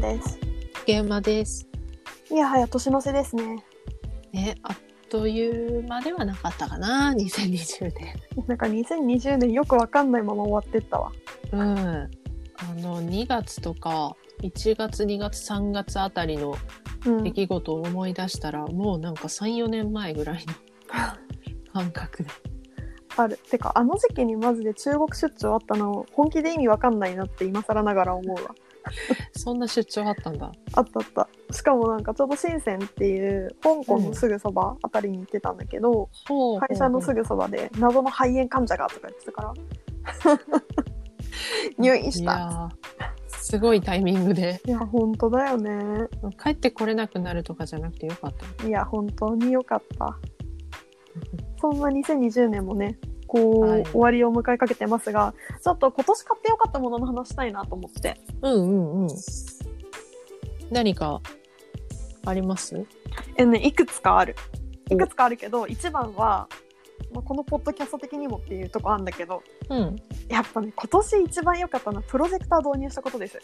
です。現場です。いやはや年の瀬ですね。ね、あっという間ではなかったかな、2020年。なんか2020年よくわかんないまま終わってったわ。うん。あの、2月とか、1月、2月、3月あたりのうん出。来事を思い出したら、もうなんか3、4年前ぐらいの 感覚で。ある。てかあの時期にマジで中国出張あったの本気で意味わかんないなって今更ながら思うわ。そんな出張あったんだ。あったあった。しかもなんかちょうど深センっていう香港のすぐそばあたりに行ってたんだけど、ほう会社のすぐ。ぐそばで謎の肺炎患者がとか言ってたから。 入院しいた。やーすごいタイミングで。いや本当だよね。帰ってこれなくなるとかじゃなくてよかった。いや本当に良か った。そんな2020年もね、こう、はい終わりを迎えかけてますが、ちょっと今年買って良かったものの話したいなと思って。うんうんうん。何かありますえね、いくつかある。いくつかあるけど、一番は、まあ、このポッドキャスト的にもっていうとこあるんだけど、うん。やっぱね、今年一番良かったのはプロジェクター導入したことです。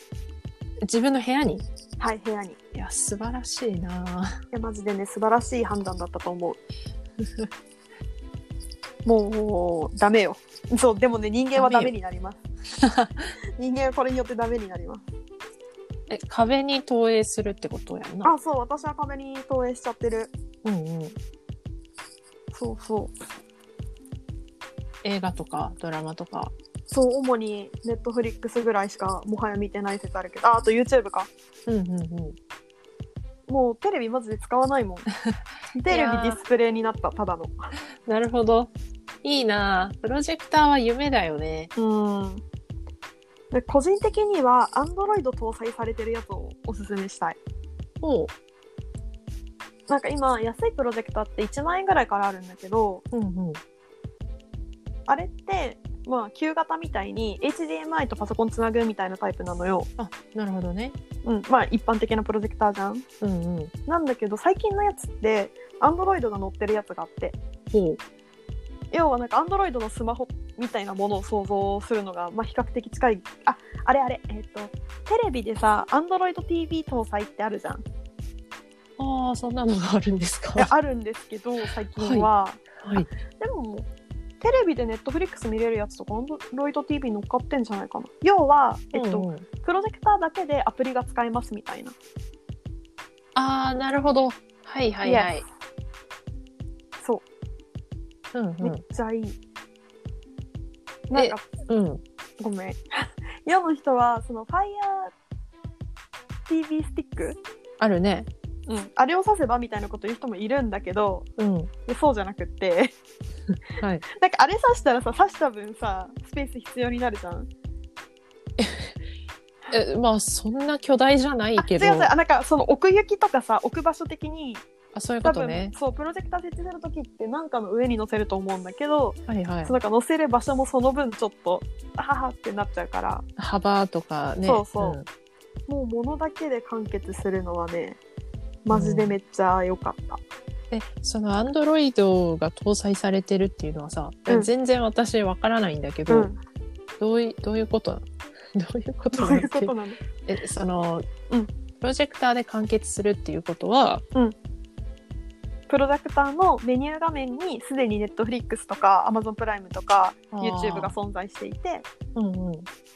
自分の部屋にいはい、部屋に。いや、素晴らしいなや、マジでね、素晴らしい判断だったと思う。 もう、ダメよ。そう、でもね、人間はダメになります。人間はこれによってダメになります。え、壁に投影するってことやんな。あ、そう、私は壁に投影しちゃってる。うんうん。そうそう。映画とかドラマとか。そう、主にネットフリックスぐらいしかもはや見てない説あるけど、あ、あと YouTube か。うんうんうん。もうテレビマジで使わないも ん。テレビディスプレイになった、ただの。なるほど。いいなプロジェクターは夢だよね。うん。で個人的には Android 搭載されてるやつをおすすめしたい。おう。なんか今安いプロジェクターって1万円ぐらいからあるんだけど、うんうん。あれって、まあ旧型みたいに HDMI とパソコンつなぐみたいなタイプなのよ。あ、なるほどね。うん、まあ一般的なプロジェクターじゃん。うんうん。なんだけど最近のやつってアンドロイドが載ってるやつがあってほう。要はなんかアンドロイドのスマホみたいなものを想像するのが、まあ、比較的近いああれあれえっ、とテレビでさアンドロイド TV 搭載ってあるじゃんああ、そんなのがあるんですか。いやあるんですけど最近は、はい。でもテレビでネットフリックス見れるやつとかアンドロイド TV 乗っかってんじゃないかな要は、えっとうんうんプロジェクターだけでアプリが使えますみたいなああ、なるほど。はいはいはい。そうんうめっちゃいい、なんかうん。うん。ごめん。 世の人は、その、ファイヤー TV スティック、あるね。うん、あれを刺せばみたいなこと言う人もいるんだけど、うん。でそうじゃなくって、 はい。 なんかあれ刺したらさ、刺した分さ、スペース必要になるじゃん。え、まあ、そんな巨大じゃないあ、すけいど。ません。あなんか、その奥行きとかさ、置く場所的に、あ、そういうこ多と分、ね。そう、プロジェクター設置するときって、なんかの上に乗せると思うんだけど、はいはいそ。のなんか乗せる場所もその分ちょっと、あははってなっちゃうから、幅とかね。そうそうもう物だけで完結するのはね、マジでめっちゃ良かった。んで、そのアンドロイドが搭載されてるっていうのはさ、うん全然私わからないんだけど、うん、どうい、どういうこと などういうこどとなうんいうだっこけとなのえ、その、うんプロジェクターで完結するっていうことは、プロジェクターのメニュー画面にすでに Netflix とか Amazon プライムとかあー YouTube が。存在していてうんう。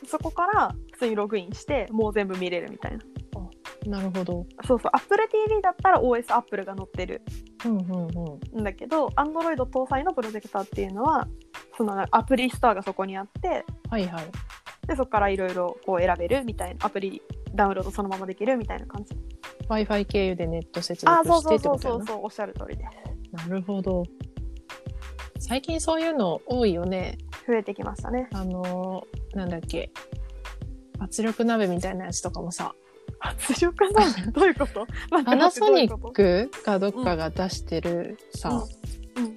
そこから普通にログインしてもう全部見れるみたいなんなるほど。そうそう AppleTV だったら OS Apple が載ってるうんうんうん。んだけど Android 搭載のプロジェクターっていうのはそのアプリストアがそこにあってはいはい。でそこからいろいろこう選べるみたいなアプリダウンロードそのままできるみたいな感じ Wi-Fi 経由でネット接あ続あそうしそてうってそこうとそやうな。そうおっしゃる通りですなるほど。最近そういうの多いよね。増えてきましたねあのーなんだっけ。圧力鍋みたいなやつとかもさ、 圧力なんどういうこと待パナってソ待ってニどういうこッとクかどっかが出してるさ、うんうん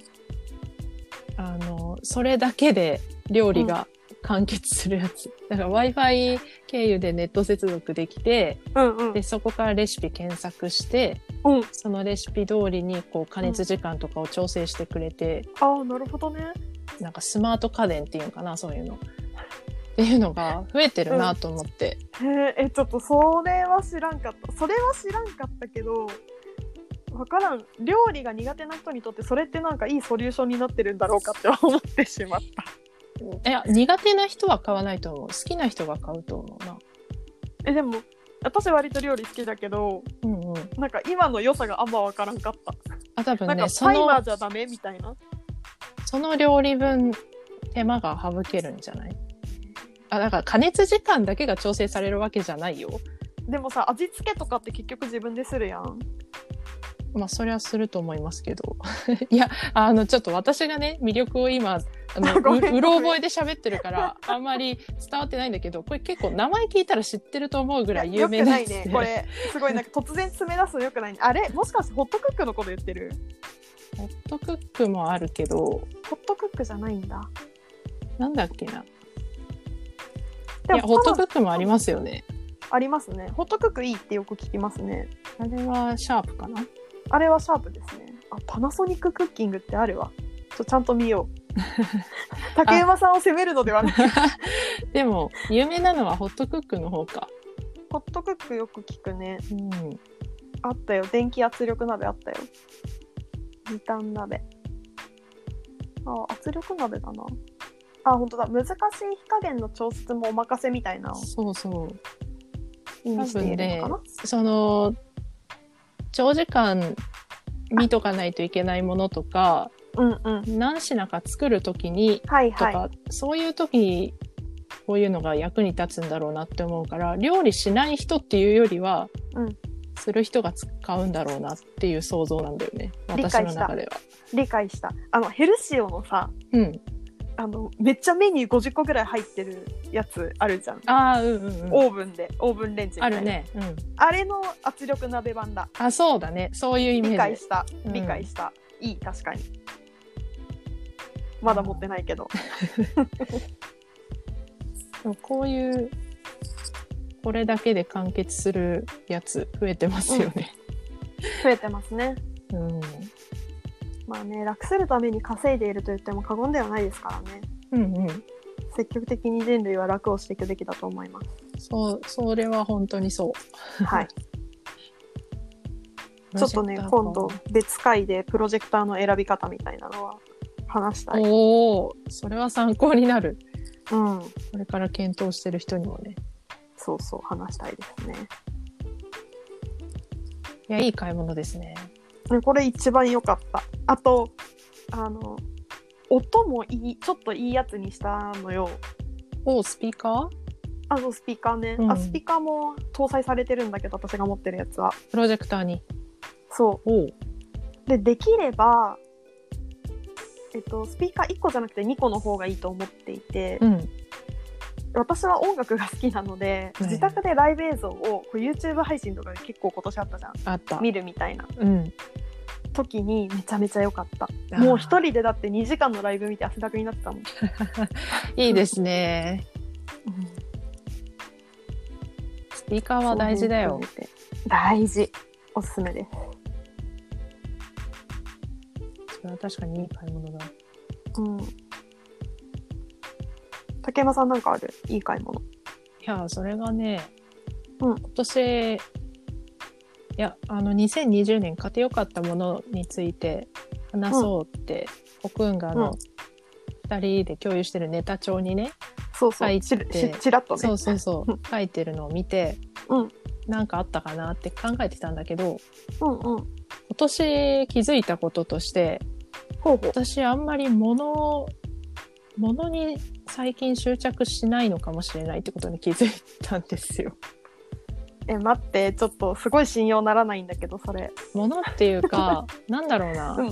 あのーそれだけで料理が完結するやつ。だから Wi-Fi 経由でネット接続できて、うんうんで、そこからレシピ検索して、うんそのレシピ通りにこう加熱時間とかを調整してくれて、ああなるほどねなんかスマート家電っていうのかな、そういうの。っていうのが増えてるなと思って、へええちょっとそれは知らんかったそれは知らんかったけど分からん料理が苦手な人にとってそれってなんかいいソリューションになってるんだろうかって思ってしまったいや苦手な人は買わないと思う好きな人が買うと思うなえでも私割と料理好きだけどうんうんなんか今の良さがあんま分からんかった、あ多分なんかタねそイマのーじゃダメみたいなその料理分手間が省けるんじゃないあだから加熱時間だけが調整されるわけじゃないよでもさ味付けとかって結局自分でするやんまあそれはすると思いますけど いやあのちょっと私がね魅力を今あのごめんごめんううろ覚えで喋ってるからあんまり伝わってないんだけどこれ結構名前聞いたら知ってると思うぐらいいや有名なやつよくないでねこれすごいなんか突然詰め出すのよくないねあれもしかしてホットクックのこと言ってるホットクックもあるけどホットクックじゃないんだなんだっけないでやホットクッックもありますよねクありますねホットクックいいってよく聞きますねあれはシャープかなあれはシャープですねあパナソニッククッキングってあるわちょちゃんと見よう 竹山さんを責めるのではないでも有名なのはホットクックの方かホットクックよく聞くねうんあったよ電気圧力鍋あったよ時短鍋あ圧力鍋だなあ本当だ難しい火加減の調節もお任せみたいなそうそう意味しているのかな、その長時間見とかないといけないものとかうんうん何品か作る時にはいとか、はそういう時こういうのが役に立つんだろうなって思うから料理しない人っていうよりは、うんする人が使うんだろうなっていう想像なんだよね理解し私たの中では。い理解したあのヘルシオのさうん、あのめっちゃメニュー50個ぐらい入ってるやつあるじゃんああうんうんうん。オーブンでオーブンレンジみたあいなるね、うん。あれの圧力鍋版だあそうだねそういうイメ理ー解ジ。したうん理解した、いい確かにまだ持ってないけ ど、でもこういうこれだけで完結するやつ増えてますよね。増えてますねうんまあね楽するために稼いでいると言っても過言ではないですからねうんうん、積極的に人類は楽をしていくべきだと思い ますそうそれは本当にそはいう。ちょっとね今度別回でプロジェクターの選び方みたいなのは話したい、おお、それは参考になる。うんこれから検討してる人にもね。そうそう話したいですねいや、いい買い物ですね。ねこれ一番良かったあとあの音もいいちょっといいやつにしたのよおお、スピーカーあのスピーカーね、うんあスピーカーも搭載されてるんだけど私が持ってるやつはプロジェクターに。そおお。うでできればえっと、スピーカー1個じゃなくて2個の方がいいと思っていて、うん。私は音楽が好きなので、ね自宅でライブ映像をこう YouTube 配信とかで結構今年あったじゃんあった。見るみたいなうん。時にめちゃめちゃ良かったあーもう一人でだって2時間のライブ見て汗だくになってたもん、いいですね。スピーカーは大事だよ。大事おすすめですそれは確かにいい買い物だ。うん竹山さんなんかあるいい買い物いや、それがね、うん今年、いや、あの、2020年買ってよかったものについて話そうって、コクンがあうのん、二人で共有してるネタ帳にね、そうそう、はいちらでしちらっとねそうそうそうう、書いてるのを見て、うんなんかあったかなって考えてたんだけど、うんうん今年気づいたこととして、ほうほう私あんまり物を、物に最近執着しないのかもしれないってことに気づいたんですよ。え待ってちょっとすごい信用ならないんだけどそれ物っていう か、なんだろうな。うん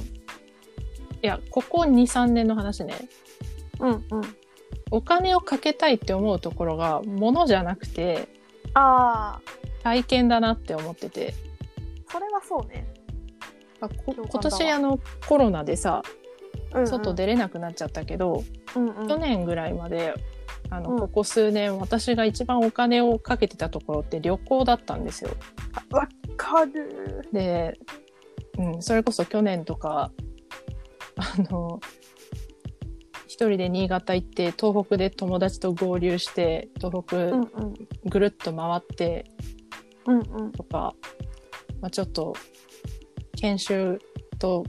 いや、ここ2、3年の話ね。うんうんお金をかけたいって思うところが、物じゃなくて、ああ体験だなって思ってて。それはそうね、あこ共今感だわ年あの、コロナでさ、うんうん、外出れなくなっちゃったけど、うんうん去年ぐらいまであの、うんここ数年私が一番お金をかけてたところって旅行だったんですよ。わかるで、うん、それこそ去年とかあの一人で新潟行って東北で友達と合流して東うん北うんぐるっと回ってうんうんとか、まあ、ちょっと研修と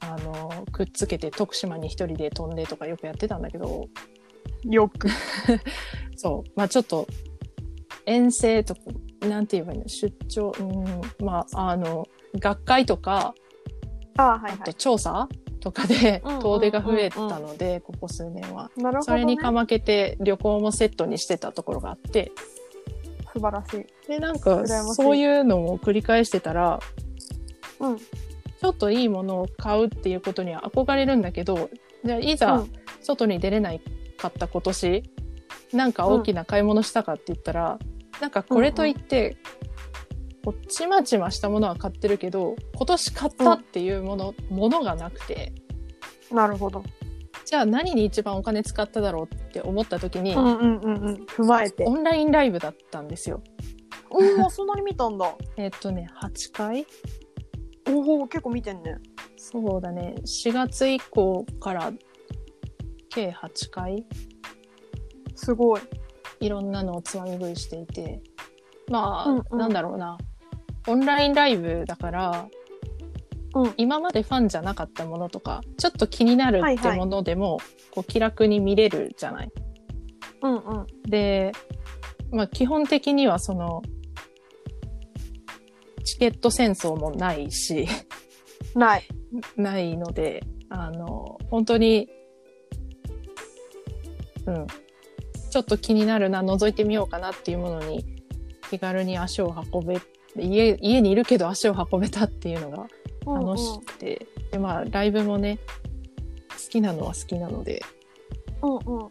あのくっつけて徳島に一人で飛んでとかよくやってたんだけどよくそうまあちょっと遠征とかなんて言えばいいの出張うんまああの学会とかああはいあはと調査、とかでうんうんうんうん遠出が増えたので、ここ数年は。いなるほそど、れねに、かまけて旅行もセットにしてたところがあって素晴らしいでなんか羨ましいそういうのを繰り返してたらうんちょっといいものを買うっていうことには憧れるんだけどじゃあいざう外に出れないかった今年、なんか大きな買い物したかって言ったら、なんかこれといって、こうちまちましたものは買ってるけど今年買ったっていうもの,、ものがなくてんなるほどじゃあ何に一番お金使っただろうって思った時に、うんうんうんうん踏まえてオンラインライブだったんですよ。おおそんなに見たんだえっとね8回おお結構見てんねそうだね4月以降から計8回すごいいろんなのをつまみ食いしていてまあ、うんうんなんだろうなオンラインライブだから、うん今までファンじゃなかったものとかちょっと気になるはいっはていものでも、こう気楽に見れるじゃない。うんうんで、まあ、基本的にはそのチケット戦争もないし ないないので、あの、本当に、うん、ちょっと気になるな、覗いてみようかなっていうものに気軽に足を運べ、家、家にいるけど 足を運べたっていうのが楽しくて、で、まあ、ライブもね、好きなのは好きなので、うんうんうん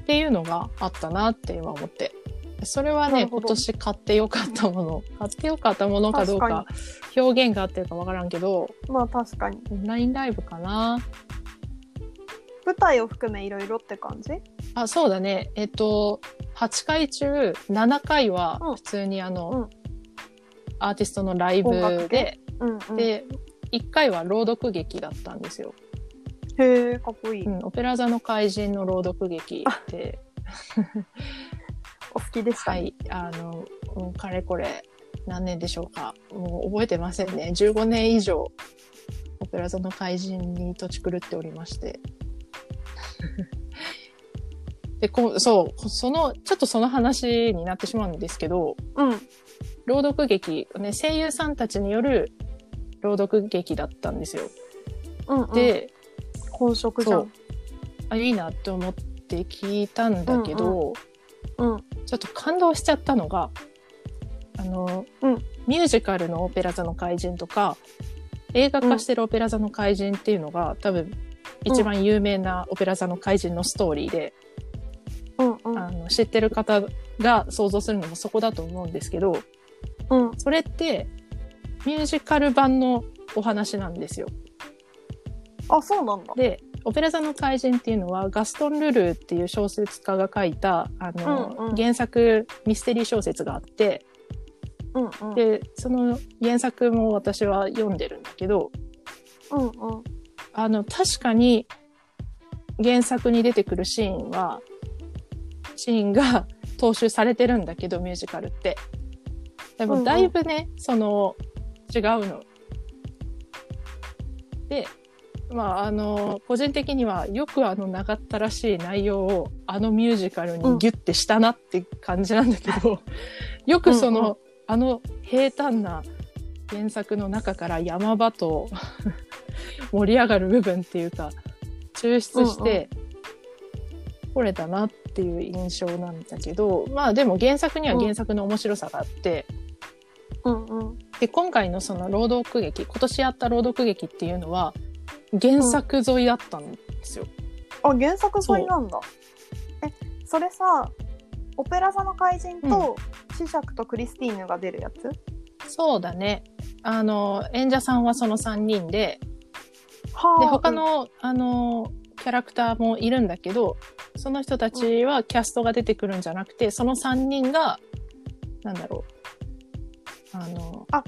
っていうのがあったなって今思って。それはなね、るほ今ど年買ってよかった もの、買ってよかったものかどうか、表現が合ってるかわからんけど、まあ確かにオンラインライブかな。舞台を含めいろいろって感じあ、そうだね。えっと、8回中7回はうん普通にあの、うんアーティストのライ音ブ楽で系、うんうんへで、1回は朗読劇だったんですよ。えかっこいい、うん、オペラ座の怪人の朗読劇で、お好きでした、は、い、あの、もうかれこれ何年でしょうか。もう覚えてませんね。15年以上、オペラ座の怪人に土地狂っておりまして。 で、こう、そう、その、ちょっとその話になってしまうんですけど、うん朗読劇、ね、声優さんたちによる朗読劇だったんですよ。うんうんで、本職じゃんあいいなって思って聞いたんだけど、うんうんちょっと感動しちゃったのがあの、うんミュージカルの「オペラ座の怪人」とか映画化してる「オペラ座の怪人」っていうのが、多分一番有名な「オペラ座の怪人」のストーリーで、うんうんあの知ってる方が想像するのもそこだと思うんですけど、うんそれってミュージカル版のお話なんですよ。あそうなんだで「オペラ座の怪人」っていうのはガストン・ルルーっていう小説家が書いたあの、うんうん原作ミステリー小説があってうんうんでその原作も私は読んでるんだけどうんうんあの確かに原作に出てくるシーンはシーンが 踏襲されてるんだけどミュージカルって。でうんうもんだいぶね、その違うの。でまああの個人的にはよくあの長ったらしい内容をあのミュージカルにギュッてしたなって感じなんだけ ど、よくその、うんうんあの平坦な原作の中から山場と 盛り上がる部分っていうか抽出してこれたなっていう印象なんだけど、まあでも原作には原作の面白さがあって、うんうんで今回のその朗読劇今年やった朗読劇っていうのは原作沿いだったんですよ。あ原作沿いなんだえそれさ「オペラ座の怪人」と「子爵とクリスティーヌ」が出るやつそうだねあの演者さんはその3人ではあで他の、あのキャラクターもいるんだけどその人たちはキャストが出てくるんじゃなくてその3人がなんだろうあのうん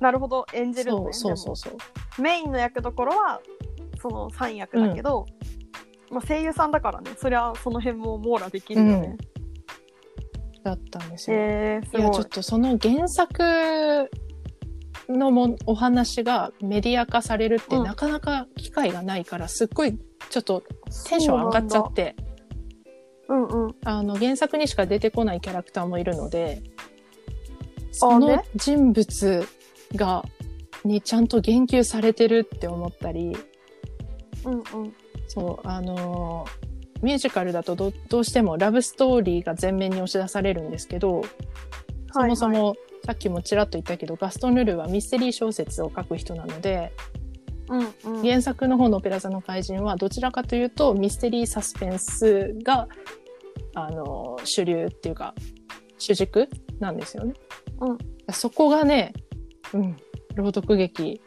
なるほど演じるのそねうそうそううそうメインの役どころはその三役だけど、まあ、声優さんだからねそりゃその辺も網羅できるよね。だったんですよ。えー、すいやちごょいっ。とその原作のもお話がメディア化されるってうんなかなか機会がないから、すっごいちょっとテンション上がっちゃってそうなんだ。うんうん。あの原作にしか出てこないキャラクターもいるのであそねの人物がにちゃんと言及されてるって思ったりうんうん。そうあのーミュージカルだとどどうしてもラブストーリーが前面に押し出されるんですけど、そもそはいはい。もさっきもちらっと言ったけどガストン・ルルはミステリー小説を書く人なのでうんうん。原作の方の「オペラ座の怪人」はどちらかというとミステリーサスペンスがあの主流っていうか主軸なんですよね。うんそこがね、うん、朗読劇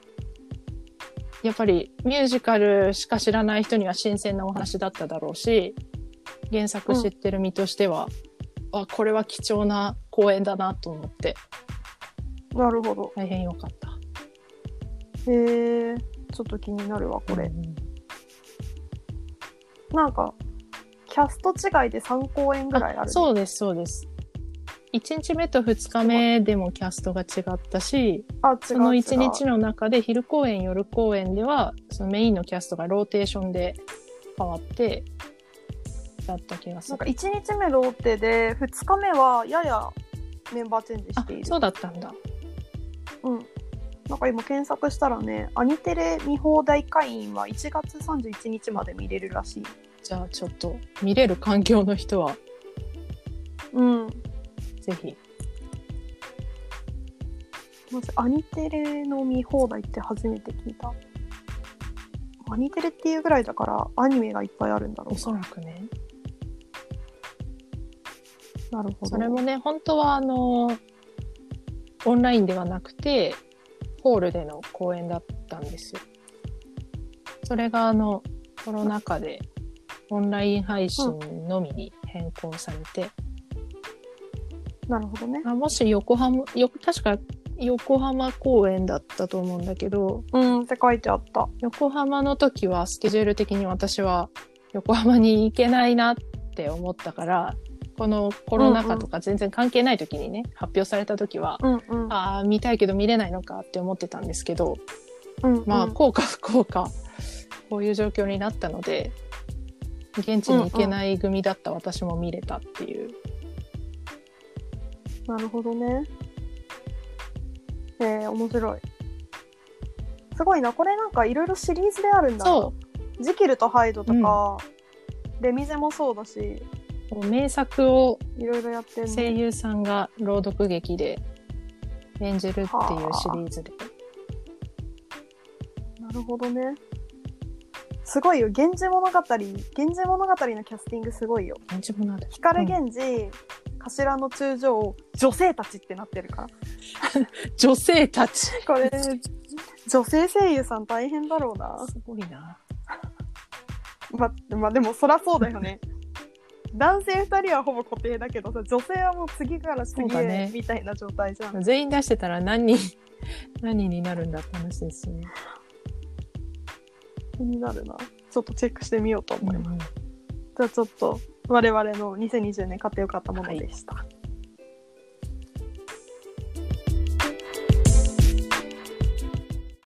やっぱりミュージカルしか知らない人には新鮮なお話だっただろうし原作知ってる身としては、あこれは貴重な公演だなと思ってなるほど。大変良かった。へえ。ちょっと気になるわこれ。なんかキャスト違いで三公演ぐらいある、あそうですそうです1日目と2日目でもキャストが違ったしあ違うその違う1日の中で昼公演夜公演ではそのメインのキャストがローテーションで変わってだった気がすなんるか一日目ローテで二日目はややメンバーチェンジしあている。そうだったんだうん。なんか今検索したらね、アニテレ見放題会員は1月31日まで見れるらしい。じゃあちょっと見れる環境の人はうん。ぜひまずアニテレの見放題って初めて聞いた。アニテレっていうぐらいだからアニメがいっぱいあるんだろおうそらくねなるほど。それもね本当はあのオンラインではなくてホールでの公演だったんですよ。それがあのコロナ禍でオンライン配信のみに変更されて、なるほどね。あもし横浜よ確か横浜公演だったと思うんだけどうんって書いてあった。横浜の時はスケジュール的に私は横浜に行けないなって思ったからこのコロナ禍とか全然関係ない時にね、発表された時はうんうん。あー見たいけど見れないのかって思ってたんですけど、うんうん、まあこう か不幸かこういう状況になったので現地に行けない組だった私も見れたっていう、なるほどね。えー、面白い。すごいな、これなんかいろいろシリーズであるんだなそジキルとハイドとか、レミゼもそうだし、うこう名作をいろいろやってんの。声優さんが朗読劇で演じるっていうシリーズで、なるほどね。すごいよ、源氏物語、源氏物語のキャスティングすごいよ。何時もなる光源氏、頭の中将、女性たちってなってるから。女性たちこれ、女性声優さん大変だろうな。すごいなままあでもそらそうだよね 男性2人はほぼ固定だけどさ女性はもう次から次そうだへねみたいな状態じゃん、全員出してたら何人何人になるんだって話ですよね、気になるなちょっとチェックしてみようと思います、うんじゃあちょっと我々の2020年買ってよかったものでした、